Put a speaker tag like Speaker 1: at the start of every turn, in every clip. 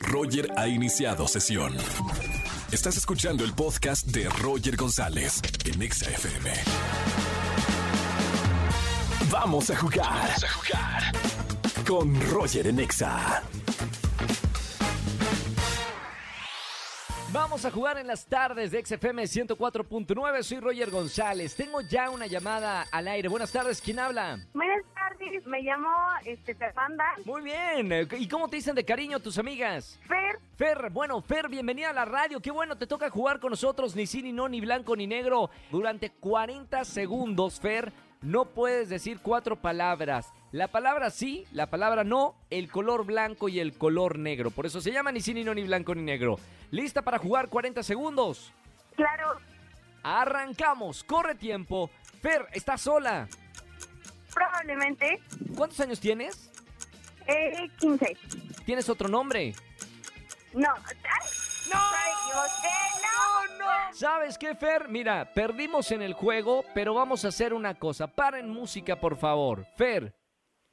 Speaker 1: Roger ha iniciado sesión. Estás escuchando el podcast de Roger González en Exa FM. Vamos a jugar. Vamos a jugar. Con Roger en Exa.
Speaker 2: Vamos a jugar en las tardes de XFM 104.9. Soy Roger González. Tengo ya una llamada al aire. Buenas tardes, ¿quién habla?
Speaker 3: Buenas tardes, me llamo este, Fernanda.
Speaker 2: Muy bien. ¿Y cómo te dicen de cariño tus amigas?
Speaker 3: Fer,
Speaker 2: Fer, bueno, Fer, bienvenida a la radio. Qué bueno, te toca jugar con nosotros, ni sí, ni no, ni blanco, ni negro. Durante 40 segundos, Fer, no puedes decir cuatro palabras. La palabra sí, la palabra no, el color blanco y el color negro. Por eso se llama ni sí, ni no, ni blanco, ni negro. ¿Lista para jugar 40 segundos?
Speaker 3: claro,
Speaker 2: Arrancamos, corre tiempo. Fer, ¿estás sola?
Speaker 3: probablemente
Speaker 2: ¿Cuántos años tienes?
Speaker 3: eh, 15.
Speaker 2: ¿Tienes otro nombre?
Speaker 3: No, ay, no, me equivoqué, no, no.
Speaker 2: ¿Sabes qué, Fer? Mira, perdimos en el juego, pero vamos a hacer una cosa. Paren música, por favor. Fer,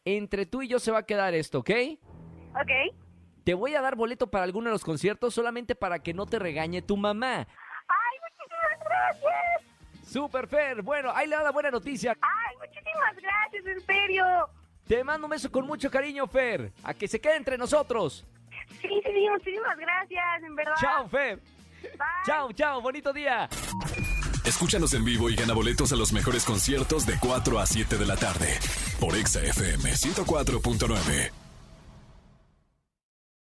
Speaker 2: entre tú y yo se va a quedar esto, ¿ok?
Speaker 3: Ok,
Speaker 2: Te voy a dar boleto para alguno de los conciertos solamente para que no te regañe tu mamá.
Speaker 3: ay, muchísimas gracias,
Speaker 2: Super Fer, bueno, ahí le va la buena noticia.
Speaker 3: ay, muchísimas gracias, en serio.
Speaker 2: Te mando un beso con mucho cariño, Fer. A que se quede entre nosotros.
Speaker 3: Sí, sí, sí, muchísimas gracias, en verdad.
Speaker 2: Chao, Fer.
Speaker 3: Bye.
Speaker 2: Chao, chao, bonito día.
Speaker 1: Escúchanos en vivo y gana boletos a los mejores conciertos de 4 a 7 de la tarde por Exa FM 104.9.